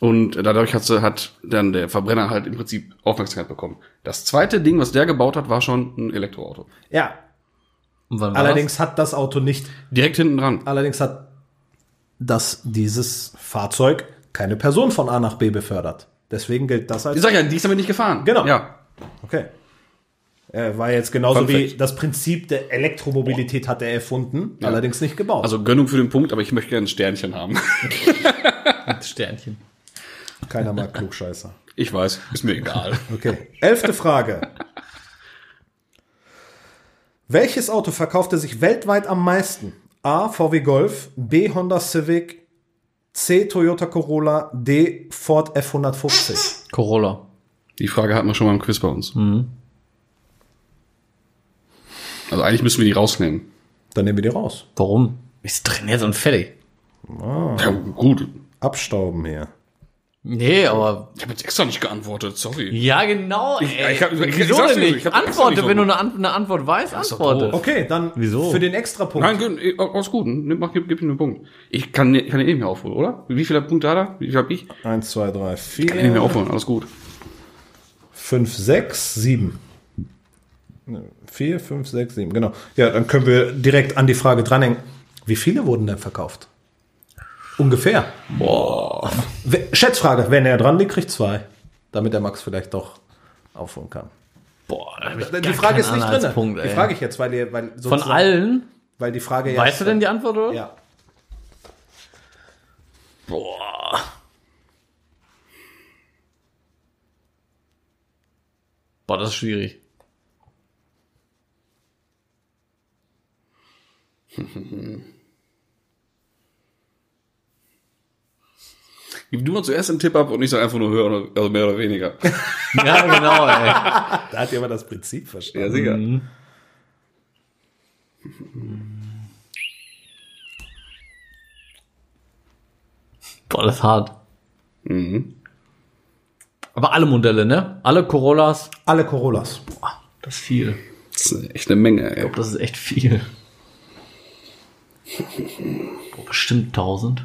Und dadurch hat, sie- hat dann der Verbrenner halt im Prinzip Aufmerksamkeit bekommen. Das zweite Ding, was der gebaut hat, war schon ein Elektroauto. Ja, Und wann war allerdings hat das Auto nicht, Direkt hinten dran. allerdings hat das dieses Fahrzeug keine Person von A nach B befördert. Deswegen gilt das als Ich sag ja, die ist damit nicht gefahren. Genau. Ja, Okay. Er war jetzt genauso Fun wie Fact. das Prinzip der Elektromobilität hat er erfunden, allerdings nicht gebaut. Also Gönnung für den Punkt, aber ich möchte gerne ein Sternchen haben. das? Sternchen. Keiner mag Klugscheißer. Ich weiß, ist mir egal. Okay. Elfte Frage. Welches Auto verkaufte sich weltweit am meisten? A. VW Golf, B. Honda Civic, C. Toyota Corolla, D. Ford F150. Corolla. Die Frage hatten wir schon mal im Quiz bei uns. Also eigentlich müssen wir die rausnehmen. Dann nehmen wir die raus. Oh. Warum? Ist drin jetzt und fertig. Ja, gut. Abstauben hier. Nee, aber. Ich habe jetzt extra nicht geantwortet, sorry. Ja, genau. Ey. ich hab- ich- ich Wieso sag's denn dir so, nicht? ich hab extra antworte, nicht wenn du so- eine, An eine Antwort weißt, doch antworte. doof. Okay, dann Wieso? für den Extrapunkt. Nein, gib, eh, alles gut. Nimm, mach, gib, gib mir einen Punkt. Ich kann, ich kann ihn eh nicht mehr aufholen, oder? Wie viele Punkte hat er? Wie viel hab ich? Ich Eins, zwei, kann drei, ihn nicht mehr vier, aufholen, alles gut. fünf, sechs, sieben. Ne, Vier, fünf, sechs, sieben, genau. Ja, dann können wir direkt an die Frage dranhängen. Wie viele wurden denn verkauft? Ungefähr. We- Schätzfrage, wenn er dran liegt, kriegt zwei. Damit der Max vielleicht doch aufholen kann. Boah, da hab ich Die gar Frage keinen ist nicht drin. Anhaltspunkt, die ey. frage ich jetzt, weil, die, weil Von sozusagen- allen? weil die Frage ja- Weißt du denn die Antwort, oder? Ja. Boah. Boah, das ist schwierig. Gib du mal zuerst einen Tipp ab und ich sag einfach nur höher oder also mehr oder weniger. Ja, genau, ey. Da hat jemand das Prinzip verstanden. Ja, sicher. Mhm. Boah, das ist hart. Aber alle Modelle, ne? Alle Corollas. Alle Corollas. Das ist viel. Das ist echt eine Menge, ey. Das ist echt viel. Boah, bestimmt 1000.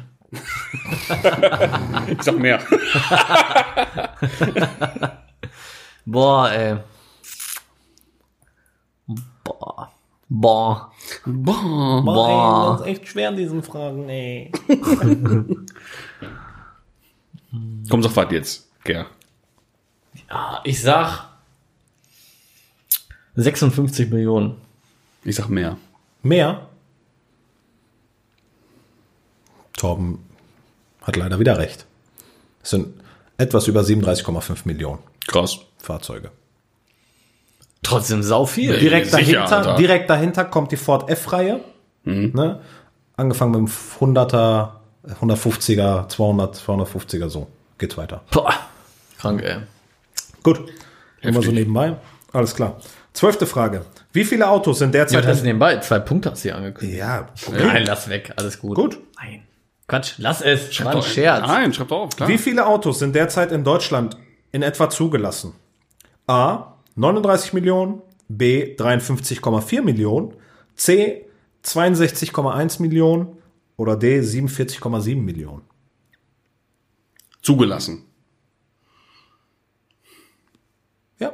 Ich sag mehr. Boah, ey. Boah. Boah. Boah. Boah. ist echt schwer in diesen Fragen, ey. Komm, sag was jetzt. Ja. Ich sag 56 Millionen. Ich sag mehr. Mehr? Torben hat leider wieder recht. Es sind etwas über 37,5 Millionen Krass. Fahrzeuge. Trotzdem sau viel. Direkt, sicher, Alter. dahinter, direkt dahinter kommt die Ford F-Reihe. Mhm. Ne? Angefangen mit dem 100er, 150er, 200, 250er, so. Geht weiter. Boah. Krank, ey. Gut. Immer so nebenbei. Alles klar. Zwölfte Frage. Wie viele Autos sind Ja, derzeit... das nebenbei. Zwei Punkte hast du hier angekündigt. ja, Nein, lass weg. Alles gut. Gut. Nein. Quatsch, lass es. War ein Doch, Scherz. Nein, schreib doch auf. Klar. Wie viele Autos sind derzeit in Deutschland in etwa zugelassen? A. 39 Millionen, B. 53,4 Millionen, C. 62,1 Millionen oder D. 47,7 Millionen. Zugelassen. Ja.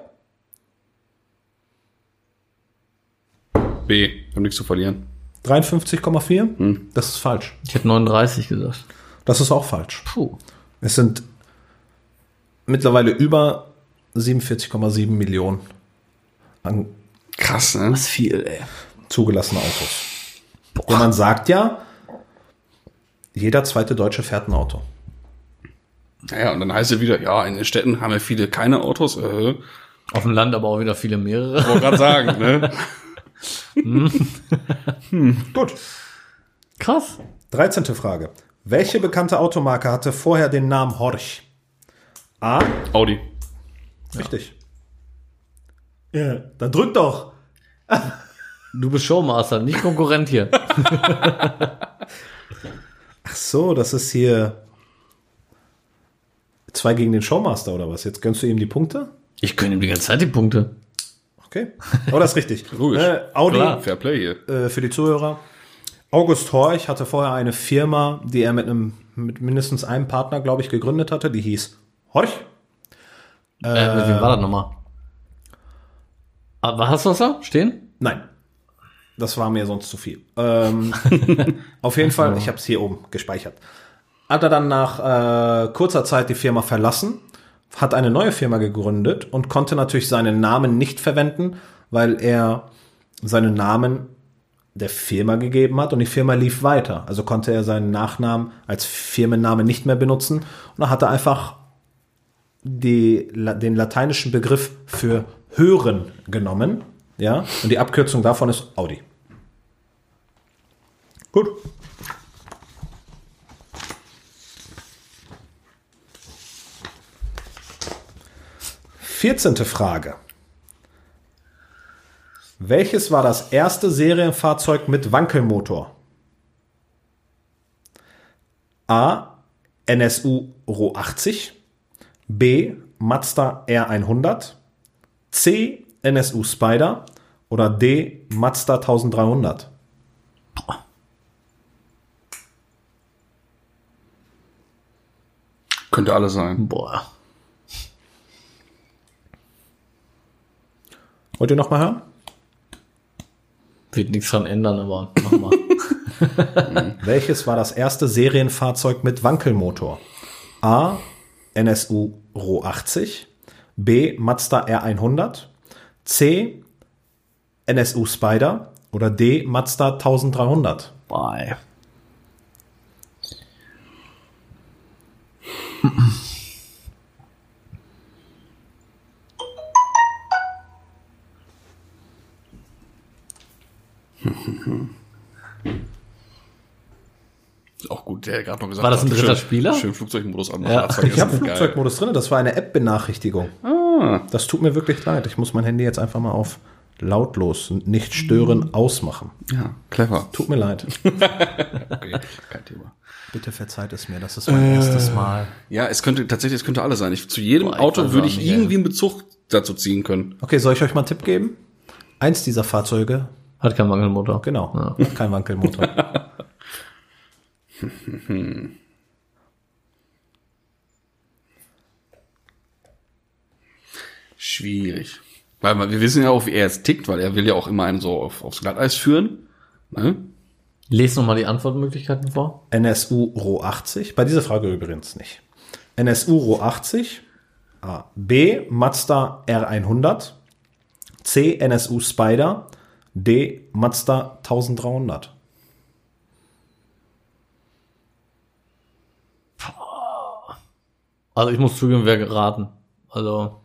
B. Ich hab nichts zu verlieren. 53,4? Das ist falsch. Ich hätte 39 gesagt. Das ist auch falsch. Puh. Es sind mittlerweile über 47,7 Millionen an Krass, ne? Das ist viel, ey. zugelassene Autos. Und man sagt ja, jeder zweite Deutsche fährt ein Auto. Naja, und dann heißt es wieder, ja, in den Städten haben ja viele keine Autos. Äh, Auf dem Land aber auch wieder viele mehrere. wollte gerade sagen, ne? Gut. Krass. 13. Frage. Welche bekannte Automarke hatte vorher den Namen Horch? A. Audi. Richtig. Ja. Dann drück doch. Du bist Showmaster, nicht Konkurrent hier. Ach so, das ist hier. Zwei gegen den Showmaster oder was? Jetzt gönnst du ihm die Punkte? Ich gönne ihm die ganze Zeit die Punkte. Okay. Oh, das ist richtig. Logisch. Äh, Audi, Klar. Fair Play hier. äh, für die Zuhörer. August Horch hatte vorher eine Firma, die er mit einem, mit mindestens einem Partner, glaube ich, gegründet hatte. Die hieß Horch. Äh, mit wem war das nochmal? Aber hast du das da stehen? Nein. Das war mir sonst zu viel. Ähm, auf jeden Fall, ich habe es hier oben gespeichert. Hat er dann nach äh, kurzer Zeit die Firma verlassen, hat eine neue Firma gegründet und konnte natürlich seinen Namen nicht verwenden, weil er seinen Namen der Firma gegeben hat und die Firma lief weiter. Also konnte er seinen Nachnamen als Firmenname nicht mehr benutzen und er hatte einfach die, la- den lateinischen Begriff für hören genommen. Ja, und die Abkürzung davon ist Audi. Gut. Vierzehnte Frage. Welches war das erste Serienfahrzeug mit Wankelmotor? A. NSU Ro 80. B. Mazda R100. C. NSU Spider. Oder D. Mazda 1300. Könnte alles sein. Boah. Wollt ihr noch mal hören? Wird nichts dran ändern, aber mach mal. Welches war das erste Serienfahrzeug mit Wankelmotor? A. NSU Ro 80. B. Mazda R100. C. NSU Spider. Oder D. Mazda 1300. Bye. Ist auch gut, der gerade noch gesagt War das ein hat, schön- dritter Spieler? Schön Flugzeugmodus anmachen. Ja. Hat's Ich habe vergessen. Geil. Flugzeugmodus drin, das war eine App-Benachrichtigung. Das tut mir wirklich leid. Ich muss mein Handy jetzt einfach mal auf lautlos, nicht stören, ausmachen. Ja, clever. Tut mir leid. Okay, kein Thema. Bitte verzeiht es mir, das ist mein erstes Mal. Ja, es könnte tatsächlich, es könnte alles sein. Ich, zu jedem Boah, ich weiß Auto würde auch ich nicht, irgendwie einen Bezug dazu ziehen können. Okay, soll ich euch mal einen Tipp geben? Eins dieser Fahrzeuge, Hat keinen Mangelmotor. genau, hat kein Wankelmotor. Schwierig. Weil man- wir wissen ja auch, wie er jetzt tickt, weil er will ja auch immer einen so auf, aufs Glatteis führen. Ne? Lest nochmal die Antwortmöglichkeiten vor. NSU Ro 80, bei dieser Frage übrigens nicht. NSU Ro 80, A. B. Mazda R100, C. NSU Spider, D. Mazda 1300. Also ich muss zugeben, wer geraten. Also,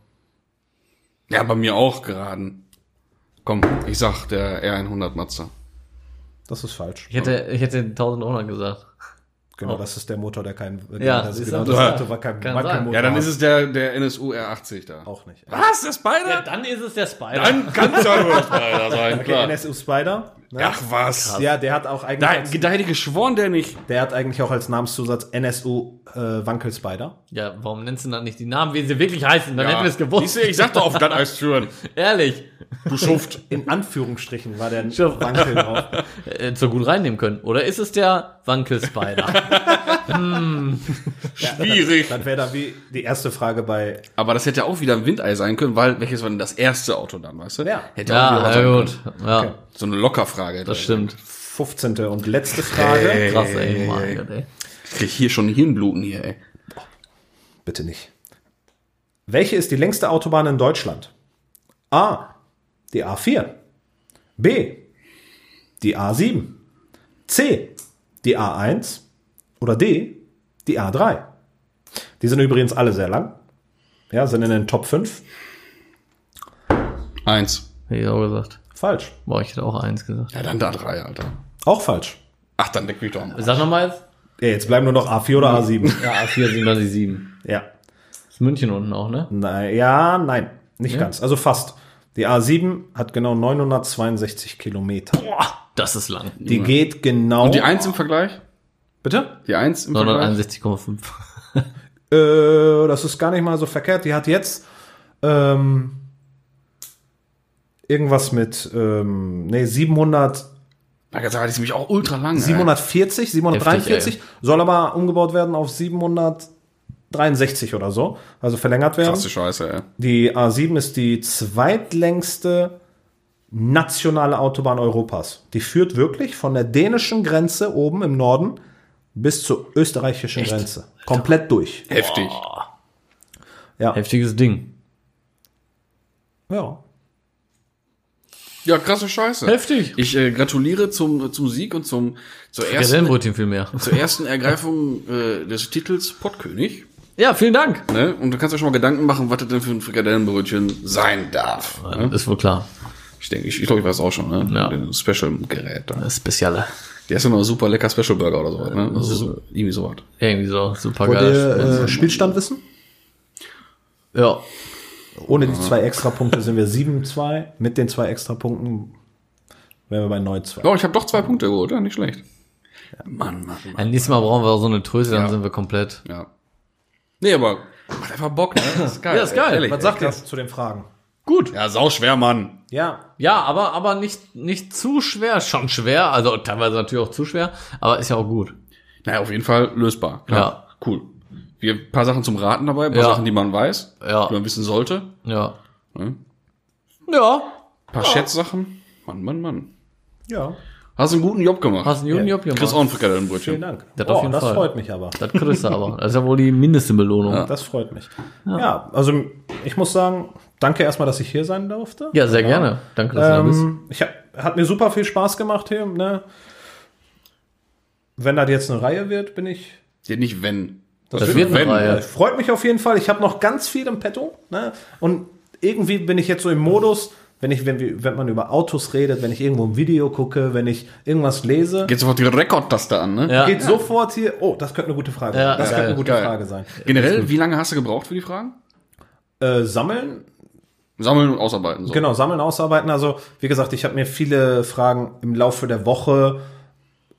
Ja, bei mir auch geraden. Komm, ich sag der R100 Mazda. Das ist falsch. ich hätte, ich hätte 1100 gesagt. Genau, das ist der Motor, der kein. Oh. Ja, das siehst genau, du? das Ja. Auto war kein Kann Wankelmotor. Ja, dann ist es der, der NSU R80 da. auch nicht. Was, der Spider? dann ist es der Spider. Dann kann es ja nur der Spider sein, Okay, klar. NSU Spider. Ne? Ach was. Ja, der hat auch eigentlich, Da, als, da hätte ich geschworen, der nicht. der hat eigentlich auch als Namenszusatz NSU äh, Wankel Spider. Ja, warum nennst du dann nicht die Namen, wie sie wirklich heißen? Dann hätten wir es Siehst gewusst. du, Ich sag doch auf Glatteis führen. Ehrlich. Du Schuft. In Anführungsstrichen war der Schon. Wankel drauf. Äh, so gut reinnehmen können. Oder ist es der Wankel-Spider? Schwierig. Dann wäre da wie die erste Frage bei. Aber das hätte ja auch wieder ein Windei sein können, weil welches war denn das erste Auto dann, weißt du? Ja. Hätte auch wieder was ja, sein ja können. gut. Ja, Okay. So eine Lockerfrage. das stimmt. 15. und letzte Frage. Hey. Krass, ey, mein Gott, ey. Ich krieg hier schon Hirnbluten hier, ey. Bitte nicht. Welche ist die längste Autobahn in Deutschland? A. Die A4. B. Die A7. C. Die A1. Oder D. Die A3. Die sind übrigens alle sehr lang. Ja, sind in den Top 5. Eins. Hätte ich auch gesagt. Falsch. Boah, ich hätte auch eins gesagt. Ja, dann da drei, Alter. Auch falsch. Ach, dann leck mich doch am Arsch. Sag nochmal jetzt. Ja, jetzt bleiben nur noch A4 oder A7. Ja, A4 sind dann die sieben. Ja. Ist München unten auch, ne? Nein, ja, nein. Nicht ganz. Also fast. Die A7 hat genau 962 Kilometer. Boah, das ist lang. Die geht genau. Die eins im Vergleich? Bitte? Die eins im Vergleich? 961,5. Äh, das ist gar nicht mal so verkehrt. Die hat jetzt ähm, irgendwas mit ähm, nee, 700, Na, Ah, jetzt sag ich, die ist nämlich auch ultra lang. ey. 740, 743, Heftig, soll aber umgebaut werden auf 763 oder so. Also verlängert werden. Krasse Scheiße, ey. Die A7 ist die zweitlängste nationale Autobahn Europas. Die führt wirklich von der dänischen Grenze oben im Norden bis zur österreichischen Grenze. Komplett durch. Heftig. Ja. Heftiges Ding. ja. Ja, krasse Scheiße. Heftig. Ich äh, gratuliere zum, zum Sieg und zum, zur, ersten, Gesellenbrötchen viel mehr. zur ersten Ergreifung äh, des Titels Pottkönig. Ja, vielen Dank. Ne? Und du kannst dir schon mal Gedanken machen, was das denn für ein Frikadellenbrötchen sein darf. Ne? Ist wohl klar. Ich denke, ich, ich glaube, ich weiß auch schon, ne? Ja. Mit dem Special-Gerät. da. Das Spezielle. Der ist immer super lecker Special Burger oder sowas, ne? Das ist irgendwie sowas. Irgendwie so super Wollt geil. ihr äh, Spielstand wissen? äh, Ja. Ohne die zwei Extrapunkte sind wir 7-2. Mit den zwei Extrapunkten wären wir bei 9-2. Oh, ich habe doch zwei Punkte geholt, ja, nicht schlecht. Mann, Mann, Mann. Ein nächstes Mal brauchen wir so eine Tröte, dann sind wir komplett. Ja. Nee, aber Macht einfach Bock, ne? Das ist geil. Ja, ist geil. Ehrlich, Was sagt ihr zu den Fragen? Gut. Ja, sauschwer, Mann. Ja. Ja, aber, aber nicht, nicht zu schwer. Schon schwer. Also teilweise natürlich auch zu schwer. Aber ist ja auch gut. Naja, auf jeden Fall lösbar. Klar. Ja. Cool. Wir ein paar Sachen zum Raten dabei, ein paar Ja. Sachen, die man weiß, Ja. die man wissen sollte. Ja. Hm? Ja. Ein paar Schätzsachen. Mann, Mann, Mann. Ja. Hast einen guten Job gemacht. Hast einen Junior Ja. Chris gemacht. auch ein Frikadellenbrötchen. Vielen Dank. Oh, Das auf jeden das Fall. freut mich aber. Das kriegst du aber. Das ist ja wohl die mindeste Belohnung. Ja, Das freut mich. Ja. also ich muss sagen, danke erstmal, dass ich hier sein durfte. sehr gerne. Danke, dass du da bist. Ähm, ich hab, hat mir super viel Spaß gemacht hier. Ne? Wenn das jetzt eine Reihe wird, bin ich. Ja, nicht wenn. Das wird eine Reihe. Ja. Äh, Freut mich auf jeden Fall. Ich habe noch ganz viel im Petto. Ne? Und irgendwie bin ich jetzt so im Modus, wenn ich, wenn, wir- wenn man über Autos redet, wenn ich irgendwo ein Video gucke, wenn ich irgendwas lese, Geht sofort die Rekordtaste an, ne? Ja. geht sofort hier. Oh, das könnte eine gute Frage Genau. Ja, sein. Das ja, könnte ja. eine gute Geil. Frage sein. Generell, wie lange hast du gebraucht für die Fragen? Äh, sammeln Sammeln und ausarbeiten. So. Genau, sammeln, ausarbeiten. Also, wie gesagt, ich habe mir viele Fragen im Laufe der Woche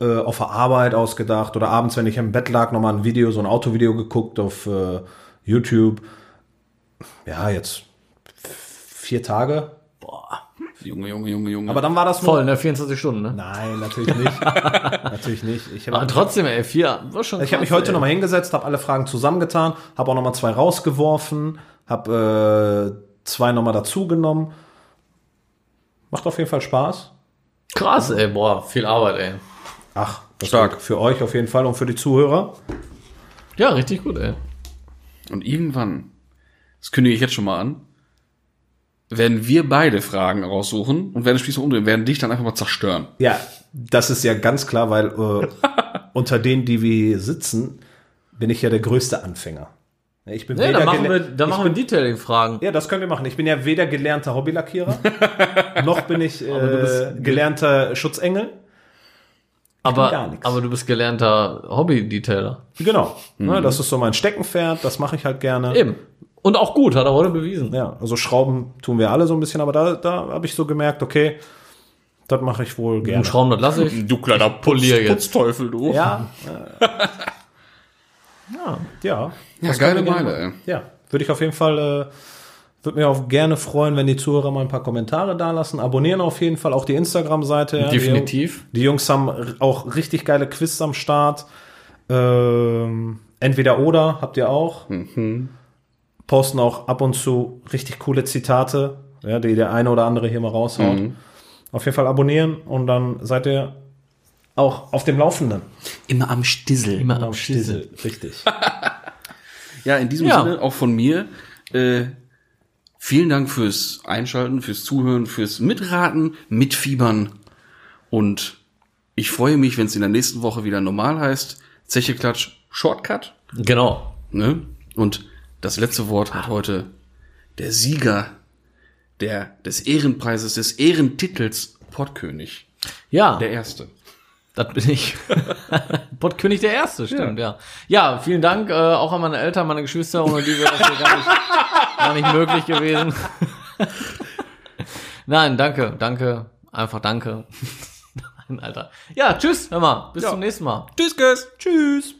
äh, auf der Arbeit ausgedacht oder abends, wenn ich im Bett lag, nochmal ein Video, so ein Autovideo geguckt auf äh, YouTube. Ja, jetzt vier Tage. Junge, Junge, Junge, Junge. Aber dann war das nur- Voll, ne? 24 Stunden, ne? Nein, natürlich nicht. natürlich nicht. Ich Aber habe trotzdem, ey, vier. War schon ich hab mich krass, heute ey. nochmal hingesetzt, habe alle Fragen zusammengetan, habe auch nochmal zwei rausgeworfen, habe äh, zwei nochmal dazugenommen. Macht auf jeden Fall Spaß. Krass, ey. Boah, viel Arbeit, ey. Ach, das Stark. war Für euch auf jeden Fall und für die Zuhörer. Ja, richtig gut, ey. Und irgendwann, das kündige ich jetzt schon mal an, werden wir beide Fragen raussuchen und werden das Spiel so umdrehen, werden dich dann einfach mal zerstören. Ja, das ist ja ganz klar, weil äh, unter denen, die wir hier sitzen, bin ich ja der größte Anfänger. ne. Ich bin Nee, weder dann machen gele- wir, dann machen wir Detailing-Fragen. ja, das könnt ihr machen. Ich bin ja weder gelernter Hobbylackierer, noch bin ich äh, gelernter Schutzengel. gar Aber, nix. aber du bist gelernter Hobby-Detailer. Genau. Ne, das ist so mein Steckenpferd, das mache ich halt gerne. Mhm. Eben. Und auch gut, hat er heute bewiesen. Ja, also Schrauben tun wir alle so ein bisschen, aber da, da habe ich so gemerkt, okay, das mache ich wohl gerne. Und Schrauben, das lasse ich. Du kleiner polier jetzt. Putzteufel, du. Ja, Ja. äh, ja, ja. ja geile Meile, ey. Ja, würde ich auf jeden Fall, äh, würde mir auch gerne freuen, wenn die Zuhörer mal ein paar Kommentare dalassen. Abonnieren auf jeden Fall auch die Instagram-Seite. Ja, Definitiv. Die, Jungs- die Jungs haben r- auch richtig geile Quiz am Start. Ähm, entweder oder habt ihr auch. Posten auch ab und zu richtig coole Zitate, ja, die der eine oder andere hier mal raushaut. Auf jeden Fall abonnieren und dann seid ihr auch auf dem Laufenden. Immer am Stissel. Immer am Stissel. Richtig. Ja, in diesem Ja. Sinne auch von mir. Äh, vielen Dank fürs Einschalten, fürs Zuhören, fürs Mitraten, Mitfiebern. Und ich freue mich, wenn es in der nächsten Woche wieder normal heißt. Zeche Klatsch, Shortcut. Genau. Ne? Und das letzte Wort hat heute der Sieger der, des Ehrenpreises, des Ehrentitels Pottkönig. Ja, Der Erste. das bin ich. Pottkönig der Erste, stimmt, ja. Ja, vielen Dank äh, auch an meine Eltern, meine Geschwister, ohne die wäre das hier gar nicht, gar nicht möglich gewesen. Nein, danke, danke, einfach danke. Nein, Alter. Ja, tschüss, hör mal, bis zum nächsten Mal. Tschüss, Tschüss.